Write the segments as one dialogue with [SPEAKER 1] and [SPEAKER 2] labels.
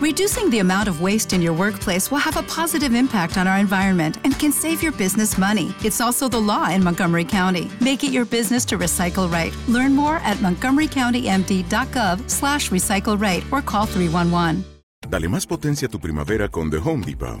[SPEAKER 1] Reducing the amount of waste in your workplace will have a positive impact on our environment and can save your business money. It's also the law in Montgomery County. Make it your business to recycle right. Learn more at montgomerycountymd.gov slash recycle right or call 311.
[SPEAKER 2] Dale más potencia a tu primavera con The Home Depot.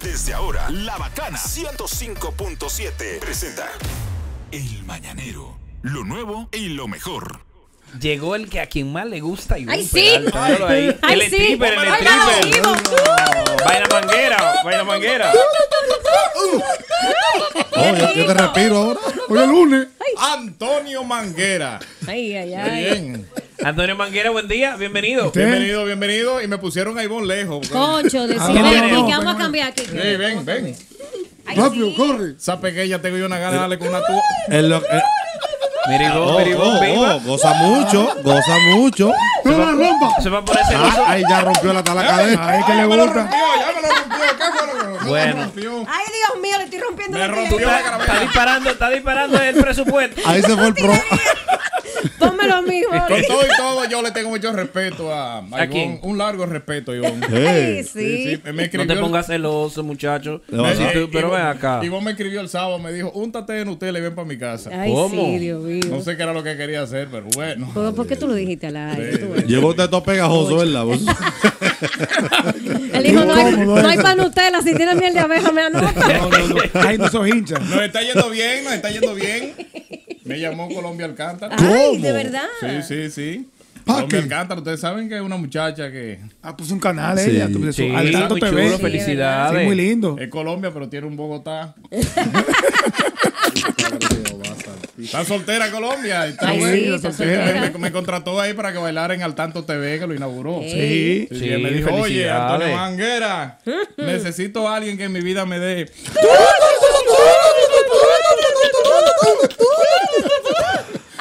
[SPEAKER 3] Desde ahora, La Bacana 105.7 presenta El Mañanero. Lo nuevo y lo mejor.
[SPEAKER 4] Llegó el que a quien más le gusta y
[SPEAKER 5] ¡Ay,
[SPEAKER 4] un
[SPEAKER 5] sí!
[SPEAKER 4] pedal, tráelo ahí.
[SPEAKER 5] ¡Ay,
[SPEAKER 6] El
[SPEAKER 5] sí!
[SPEAKER 6] stripper, el
[SPEAKER 5] Oiga,
[SPEAKER 6] stripper.
[SPEAKER 5] lo vimos.
[SPEAKER 6] Vaina manguera, vaina manguera.
[SPEAKER 7] Oh, yo, yo te respiro ahora. Hoy es lunes.
[SPEAKER 8] Antonio Manguera.
[SPEAKER 5] Ay, ay,
[SPEAKER 8] Qué
[SPEAKER 5] ay.
[SPEAKER 8] bien.
[SPEAKER 6] Antonio Manguera, buen día, bienvenido.
[SPEAKER 7] ¿Qué?
[SPEAKER 8] Bienvenido, bienvenido. Y me pusieron a Ivonne lejos.
[SPEAKER 5] Concho,
[SPEAKER 7] Ah,
[SPEAKER 5] decime
[SPEAKER 7] no,
[SPEAKER 5] ven,
[SPEAKER 7] no,
[SPEAKER 5] que vamos a
[SPEAKER 7] venga.
[SPEAKER 5] cambiar aquí.
[SPEAKER 8] Sí, ven, ven.
[SPEAKER 5] Ay,
[SPEAKER 7] Rápido,
[SPEAKER 5] sí.
[SPEAKER 7] corre.
[SPEAKER 8] Esa pequeña tengo yo una gana de darle con una tuba.
[SPEAKER 7] El lo- eh,
[SPEAKER 6] Miribón,
[SPEAKER 7] oh,
[SPEAKER 6] miribón,
[SPEAKER 7] oh,
[SPEAKER 6] viva.
[SPEAKER 7] oh, goza mucho, goza mucho. ¡No la rompa!
[SPEAKER 6] Se va a poner celoso.
[SPEAKER 7] Ah, ahí ya rompió la, la cadena. Ahí que le
[SPEAKER 8] Ya me lo
[SPEAKER 7] gusta.
[SPEAKER 8] rompió, ya me lo rompió. ¿Qué fue lo que rompió?
[SPEAKER 6] Bueno.
[SPEAKER 8] Me rompió.
[SPEAKER 5] Ay, Dios mío, le estoy rompiendo la
[SPEAKER 8] Me rompió
[SPEAKER 5] piel.
[SPEAKER 8] la
[SPEAKER 6] Está, está
[SPEAKER 8] caravera.
[SPEAKER 6] disparando, está disparando el presupuesto.
[SPEAKER 7] Ahí se fue el pro.
[SPEAKER 5] Ponme lo mismo.
[SPEAKER 8] Con todo y todo, yo le tengo mucho respeto a, a Ivonne.
[SPEAKER 6] quién?
[SPEAKER 8] Un largo respeto, Ivonne.
[SPEAKER 5] Ay,
[SPEAKER 7] Hey.
[SPEAKER 5] sí.
[SPEAKER 8] me
[SPEAKER 6] No
[SPEAKER 8] escribió
[SPEAKER 6] te
[SPEAKER 8] el- Eh,
[SPEAKER 6] pongas celoso, muchacho.
[SPEAKER 7] No,
[SPEAKER 6] Si
[SPEAKER 7] no.
[SPEAKER 6] tú- pero ven acá.
[SPEAKER 8] Ivonne me escribió el sábado, me dijo, úntate en Nutella y ven para mi casa.
[SPEAKER 5] Ay,
[SPEAKER 6] ¿Cómo?
[SPEAKER 5] sí, Dios mío.
[SPEAKER 8] No sé qué era lo que quería hacer, pero bueno.
[SPEAKER 5] ¿Por, por qué tú lo dijiste al aire? Tú ves.
[SPEAKER 7] Llegó usted todo pegajoso, ¿verdad? Vos?
[SPEAKER 5] Él dijo, no hay,
[SPEAKER 7] Incómodo,
[SPEAKER 5] no hay
[SPEAKER 7] ¿eh?
[SPEAKER 5] pan Nutella, si tiene miel de abeja me anota.
[SPEAKER 7] Ay, no sos hincha.
[SPEAKER 8] Nos está yendo bien, nos está yendo bien. Me llamó Colombia Alcántara.
[SPEAKER 5] Ay, de
[SPEAKER 7] ¿Cómo?
[SPEAKER 5] verdad.
[SPEAKER 8] Sí, sí, sí.
[SPEAKER 6] Ah,
[SPEAKER 7] ¿Pa'
[SPEAKER 8] Colombia
[SPEAKER 7] qué?
[SPEAKER 8] Alcántara, ustedes saben que es una muchacha que
[SPEAKER 9] Ah, puso un canal
[SPEAKER 7] Sí.
[SPEAKER 9] ella. tú-
[SPEAKER 6] Sí,
[SPEAKER 9] al tanto
[SPEAKER 6] muy
[SPEAKER 9] te
[SPEAKER 6] chulo,
[SPEAKER 9] ves. Sí,
[SPEAKER 6] felicidades.
[SPEAKER 9] muy lindo.
[SPEAKER 8] es Colombia, pero tiene un Bogotá. está soltera Colombia. Está
[SPEAKER 5] Ay, sí,
[SPEAKER 8] buena,
[SPEAKER 5] está soltera.
[SPEAKER 8] Me, me contrató ahí para que bailara en Al Tanto TV, que lo inauguró.
[SPEAKER 9] Sí.
[SPEAKER 8] Sí,
[SPEAKER 6] Sí,
[SPEAKER 8] él me dijo, oye, Antonio
[SPEAKER 6] felicidades".
[SPEAKER 8] Manguera, necesito a alguien que en mi vida me dé.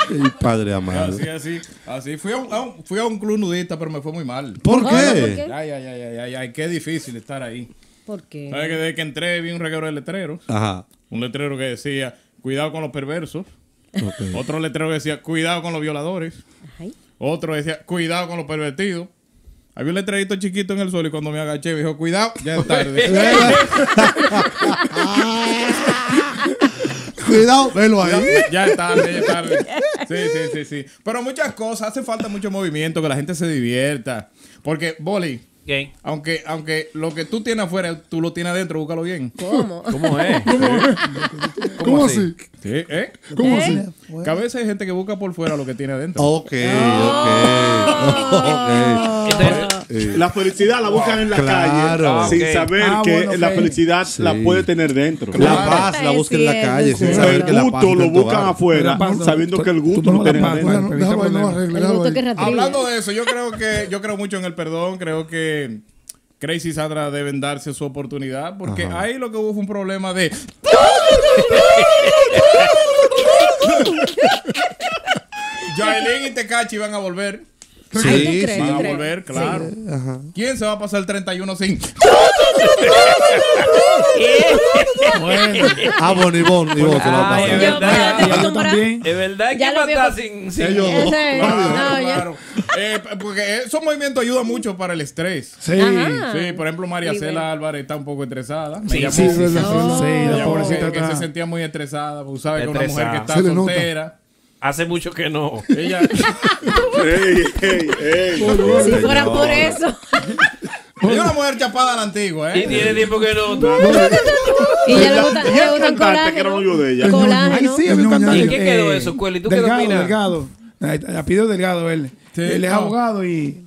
[SPEAKER 7] El padre amado.
[SPEAKER 8] Así, así, así. Fui a un, a un- fui a un club nudista, pero me fue muy mal.
[SPEAKER 7] ¿Por
[SPEAKER 5] ¿por
[SPEAKER 7] qué?
[SPEAKER 5] qué?
[SPEAKER 8] Ay, ay, ay, ay, ay, ay, qué difícil estar ahí.
[SPEAKER 5] ¿Por qué?
[SPEAKER 8] ¿Sabes que desde que entré vi un reguero de letreros?
[SPEAKER 7] Ajá.
[SPEAKER 8] Un letrero que decía, cuidado con los perversos. Otro letrero que decía, cuidado con los violadores.
[SPEAKER 5] Ay.
[SPEAKER 8] Otro decía, cuidado con los pervertidos. Había un letrerito chiquito en el suelo y cuando me agaché me dijo, cuidado, ya es tarde.
[SPEAKER 7] Cuidado, velo ahí.
[SPEAKER 8] ya es tarde, ya es tarde. Sí, sí, sí, sí. Pero muchas cosas, hace falta mucho movimiento, que la gente se divierta. Porque, Boli,
[SPEAKER 6] ¿Qué?
[SPEAKER 8] aunque, aunque lo que tú tienes afuera, tú lo tienes adentro, búscalo bien.
[SPEAKER 5] ¿Cómo?
[SPEAKER 6] ¿Cómo es?
[SPEAKER 7] ¿Cómo así?
[SPEAKER 8] Sí, ¿eh?
[SPEAKER 7] ¿Cómo así?
[SPEAKER 8] Que a veces hay gente que busca por fuera lo que tiene adentro.
[SPEAKER 7] Ok, Oh. ok.
[SPEAKER 6] Entonces,
[SPEAKER 7] Eh,
[SPEAKER 10] La felicidad la buscan en la
[SPEAKER 7] Claro.
[SPEAKER 10] calle
[SPEAKER 6] Ah,
[SPEAKER 10] sin
[SPEAKER 6] ok.
[SPEAKER 10] saber
[SPEAKER 9] Ah,
[SPEAKER 10] que
[SPEAKER 9] bueno,
[SPEAKER 10] la
[SPEAKER 9] ok.
[SPEAKER 10] felicidad la puede tener dentro.
[SPEAKER 7] La
[SPEAKER 10] La
[SPEAKER 7] paz la busca en la calle sin
[SPEAKER 5] El
[SPEAKER 7] saber que
[SPEAKER 10] el
[SPEAKER 7] la paz
[SPEAKER 10] gusto
[SPEAKER 7] está
[SPEAKER 10] lo
[SPEAKER 7] en tu
[SPEAKER 10] buscan
[SPEAKER 7] hogar.
[SPEAKER 10] afuera
[SPEAKER 9] Mira,
[SPEAKER 10] sabiendo
[SPEAKER 9] tú-
[SPEAKER 10] que el
[SPEAKER 9] tú no
[SPEAKER 10] gusto lo
[SPEAKER 9] la
[SPEAKER 10] tienen
[SPEAKER 9] pagas,
[SPEAKER 10] adentro.
[SPEAKER 9] bueno,
[SPEAKER 7] Déjalo ahí, no lo arregle,
[SPEAKER 5] El
[SPEAKER 7] déjalo
[SPEAKER 5] gusto
[SPEAKER 7] ahí.
[SPEAKER 5] que rastrilla.
[SPEAKER 8] Hablando de eso, yo creo que yo creo mucho en el perdón. Creo que Crazy Sandra deben darse su oportunidad porque ahí lo que hubo fue un problema de. Yaelin y Tecachi van a volver.
[SPEAKER 5] Ay, ¿tú
[SPEAKER 7] Sí,
[SPEAKER 5] crees?
[SPEAKER 7] sí.
[SPEAKER 8] Van a
[SPEAKER 5] Siempre.
[SPEAKER 8] volver, claro. ¿Quién se va a pasar el 31 sin?
[SPEAKER 7] Ah, bueno, Ivonne, Ivonne se lo va a
[SPEAKER 6] Ay,
[SPEAKER 7] pasar.
[SPEAKER 6] es
[SPEAKER 5] Ah, Yo me
[SPEAKER 6] verdad.
[SPEAKER 5] estoy
[SPEAKER 9] Yo
[SPEAKER 5] acostumbrada.
[SPEAKER 9] también.
[SPEAKER 6] Es verdad que
[SPEAKER 5] Ya lo
[SPEAKER 6] matar
[SPEAKER 5] veo-
[SPEAKER 6] sin. sin-
[SPEAKER 7] Ellos
[SPEAKER 5] Ese-
[SPEAKER 7] dos.
[SPEAKER 5] no, ya-
[SPEAKER 8] Ah, Claro. Eh, porque esos movimientos ayudan mucho para el estrés.
[SPEAKER 9] Sí.
[SPEAKER 5] Ajá.
[SPEAKER 8] Sí, por ejemplo, María
[SPEAKER 5] Sí,
[SPEAKER 8] Cela
[SPEAKER 5] bueno.
[SPEAKER 8] Álvarez está un poco estresada. Me
[SPEAKER 6] Sí,
[SPEAKER 8] llamó-
[SPEAKER 9] Sí, sí, sí, sí,
[SPEAKER 5] No.
[SPEAKER 9] sí,
[SPEAKER 8] Me
[SPEAKER 9] la
[SPEAKER 8] llamó
[SPEAKER 9] pobrecita
[SPEAKER 8] que, que se
[SPEAKER 9] está.
[SPEAKER 8] sentía muy estresada, porque sabe que una mujer que
[SPEAKER 6] Estresada.
[SPEAKER 8] está
[SPEAKER 7] Se le nota.
[SPEAKER 8] soltera,
[SPEAKER 6] Hace mucho que no.
[SPEAKER 8] ella
[SPEAKER 10] Ey, ey, ey.
[SPEAKER 5] Si fueran por eso.
[SPEAKER 8] ella es una mujer chapada a la antigua,
[SPEAKER 6] Y
[SPEAKER 8] ¿eh?
[SPEAKER 6] tiene tiempo que no.
[SPEAKER 5] Y ya le gusta,
[SPEAKER 10] Y
[SPEAKER 5] le
[SPEAKER 10] el
[SPEAKER 5] gustan
[SPEAKER 10] cantante que
[SPEAKER 5] colágeno.
[SPEAKER 10] era novio de ella.
[SPEAKER 9] Ay,
[SPEAKER 5] Colágeno.
[SPEAKER 9] sí, había un
[SPEAKER 6] ¿Y
[SPEAKER 9] cantante.
[SPEAKER 6] en qué quedó
[SPEAKER 9] Eh,
[SPEAKER 6] eso, Cueli? ¿Tú qué
[SPEAKER 9] delgado,
[SPEAKER 6] opinas?
[SPEAKER 9] Delgado. Eh, Apellido delgado él.
[SPEAKER 8] Sí.
[SPEAKER 9] Él es
[SPEAKER 8] Ah.
[SPEAKER 9] abogado y.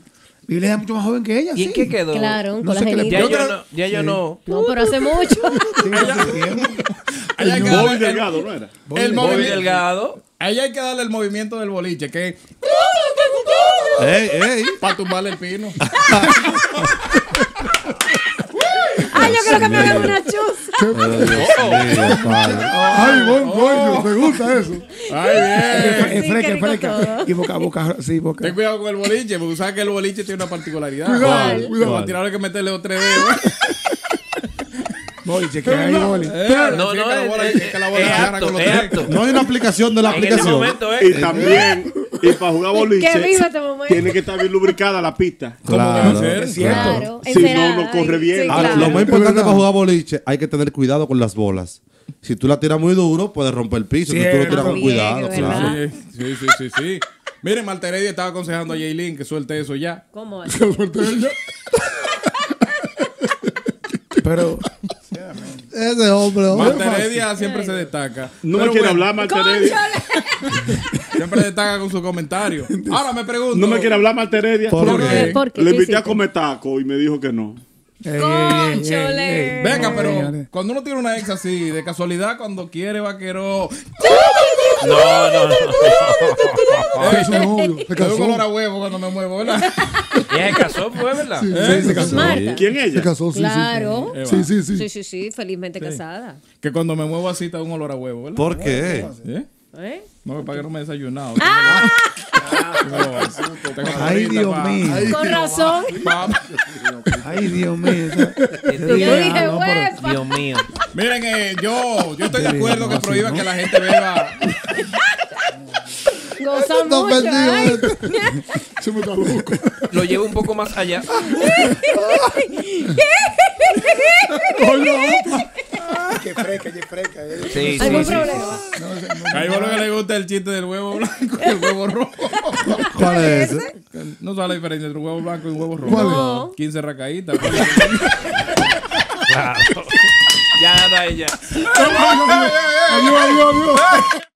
[SPEAKER 9] Y él es mucho más joven que ella.
[SPEAKER 6] ¿Y
[SPEAKER 9] sí.
[SPEAKER 6] en qué quedó?
[SPEAKER 5] Claro, un
[SPEAKER 9] No sé qué le-
[SPEAKER 6] Ya
[SPEAKER 5] colagenito.
[SPEAKER 6] yo, no. Ya yo no.
[SPEAKER 5] No, pero hace mucho.
[SPEAKER 9] Sí, hace tiempo.
[SPEAKER 8] Ahí hay que
[SPEAKER 10] Bobby
[SPEAKER 8] darle el-
[SPEAKER 10] Delgado, ¿no era?
[SPEAKER 8] el
[SPEAKER 6] Bobby
[SPEAKER 8] movimiento-
[SPEAKER 6] Delgado.
[SPEAKER 8] a ella hay que darle el movimiento del boliche, que
[SPEAKER 7] Ey, ey.
[SPEAKER 8] para tumbarle el pino.
[SPEAKER 5] Ay, yo quiero que me hagan una
[SPEAKER 7] Ay,
[SPEAKER 5] chuza.
[SPEAKER 7] Dios mío, padre. Ay, buen coño, me gusta eso.
[SPEAKER 8] Ay, bien.
[SPEAKER 9] Es fresca, es
[SPEAKER 5] rico
[SPEAKER 9] fresca.
[SPEAKER 5] todo.
[SPEAKER 9] Y boca a boca, sí, boca.
[SPEAKER 8] Ten cuidado con el boliche, porque sabes que el boliche tiene una particularidad.
[SPEAKER 9] Cuidado, cuidado.
[SPEAKER 8] Para tirarle hay que meterle los tres dedos.
[SPEAKER 9] Boli, chequea ahí, boli.
[SPEAKER 8] Eh,
[SPEAKER 6] No,
[SPEAKER 8] sí,
[SPEAKER 6] no,
[SPEAKER 8] que la
[SPEAKER 6] es,
[SPEAKER 8] bola-
[SPEAKER 6] es-
[SPEAKER 8] es que la bola
[SPEAKER 6] es
[SPEAKER 8] agarra
[SPEAKER 6] apto,
[SPEAKER 8] con los
[SPEAKER 6] es
[SPEAKER 8] tres.
[SPEAKER 6] apto.
[SPEAKER 7] No hay una aplicación de la
[SPEAKER 6] En ese
[SPEAKER 7] aplicación.
[SPEAKER 6] momento, ¿eh?
[SPEAKER 10] Y también, y para jugar boliche,
[SPEAKER 5] Que viva este momento.
[SPEAKER 10] tiene que estar bien lubricada la pista.
[SPEAKER 7] Claro.
[SPEAKER 8] debe ser?
[SPEAKER 9] Es cierto.
[SPEAKER 5] Claro,
[SPEAKER 10] Si no,
[SPEAKER 5] encerada,
[SPEAKER 10] no corre
[SPEAKER 5] ahí.
[SPEAKER 10] bien.
[SPEAKER 5] Sí,
[SPEAKER 7] Ahora,
[SPEAKER 5] claro.
[SPEAKER 7] Ah, Lo más
[SPEAKER 9] Es
[SPEAKER 7] importante
[SPEAKER 9] verdad.
[SPEAKER 7] para jugar boliche, hay que tener cuidado con las bolas. Si tú la tiras muy duro, puedes romper el piso. Si tú lo
[SPEAKER 9] Cierto.
[SPEAKER 7] tiras con
[SPEAKER 5] Bien,
[SPEAKER 7] cuidado,
[SPEAKER 5] ¿verdad?
[SPEAKER 7] claro.
[SPEAKER 8] Sí, sí, sí, sí, sí. Miren, Malteredia estaba aconsejando a Jaylin que suelte eso ya.
[SPEAKER 5] ¿Cómo es?
[SPEAKER 9] Pero
[SPEAKER 7] Ese hombre,
[SPEAKER 8] Malteredia siempre se destaca.
[SPEAKER 10] No me
[SPEAKER 8] Pero
[SPEAKER 10] quiere
[SPEAKER 8] bueno,
[SPEAKER 10] hablar, Malteredia.
[SPEAKER 8] Siempre se destaca con su comentario. Ahora me pregunto.
[SPEAKER 10] No me quiere hablar, Malteredia.
[SPEAKER 7] ¿Por
[SPEAKER 10] Porque
[SPEAKER 7] qué?
[SPEAKER 5] ¿Por qué?
[SPEAKER 10] Le
[SPEAKER 5] ¿Qué
[SPEAKER 10] invité a
[SPEAKER 5] hiciste?
[SPEAKER 10] comer taco y me dijo que no.
[SPEAKER 5] Cónchale.
[SPEAKER 8] Venga,
[SPEAKER 9] No,
[SPEAKER 8] pero
[SPEAKER 9] señores.
[SPEAKER 8] cuando uno tiene una ex así, de casualidad, cuando quiere vaquero,
[SPEAKER 6] No, no, no.
[SPEAKER 9] es su novio. Se
[SPEAKER 8] le doy color a
[SPEAKER 9] casó.
[SPEAKER 8] huevo cuando me muevo, ¿verdad?
[SPEAKER 6] Ya se casó, pues, ¿verdad?
[SPEAKER 9] Sí, se casó.
[SPEAKER 5] Marta.
[SPEAKER 10] ¿Quién
[SPEAKER 7] Se
[SPEAKER 10] ella?
[SPEAKER 7] casó, sí, sí.
[SPEAKER 5] Claro.
[SPEAKER 7] Sí, sí, sí.
[SPEAKER 5] Sí, sí, sí, felizmente casada.
[SPEAKER 8] que cuando me muevo así está un olor a huevo, ¿verdad?
[SPEAKER 7] ¿Por qué?
[SPEAKER 8] ¿Eh?
[SPEAKER 5] ¿Eh?
[SPEAKER 8] No, para que no me he desayunado.
[SPEAKER 9] Ay, Dios mío.
[SPEAKER 5] Con razón.
[SPEAKER 9] Ay, Dios mío. esa-
[SPEAKER 5] Yo dije,
[SPEAKER 9] Ah, no, pero-
[SPEAKER 5] huepa.
[SPEAKER 6] Dios mío.
[SPEAKER 8] Miren, eh, yo, yo estoy de acuerdo que prohíba que la gente beba.
[SPEAKER 5] Goza
[SPEAKER 7] Está
[SPEAKER 5] mucho.
[SPEAKER 7] perdido,
[SPEAKER 5] ay.
[SPEAKER 7] Se este. me está loco.
[SPEAKER 6] Lo llevo un poco más allá. Sí, sí,
[SPEAKER 5] ¿Algún
[SPEAKER 6] sí.
[SPEAKER 5] problema?
[SPEAKER 8] Ahí lo que le gusta el chiste del huevo blanco y el huevo rojo.
[SPEAKER 7] ¿Cuál es ese?
[SPEAKER 8] No sabe la diferencia entre un huevo blanco y un huevo rojo.
[SPEAKER 7] ¿Cuál es?
[SPEAKER 5] No.
[SPEAKER 8] 15 racaditas. pues.
[SPEAKER 6] Ya, no, ya.
[SPEAKER 7] Adiós, adiós, adiós.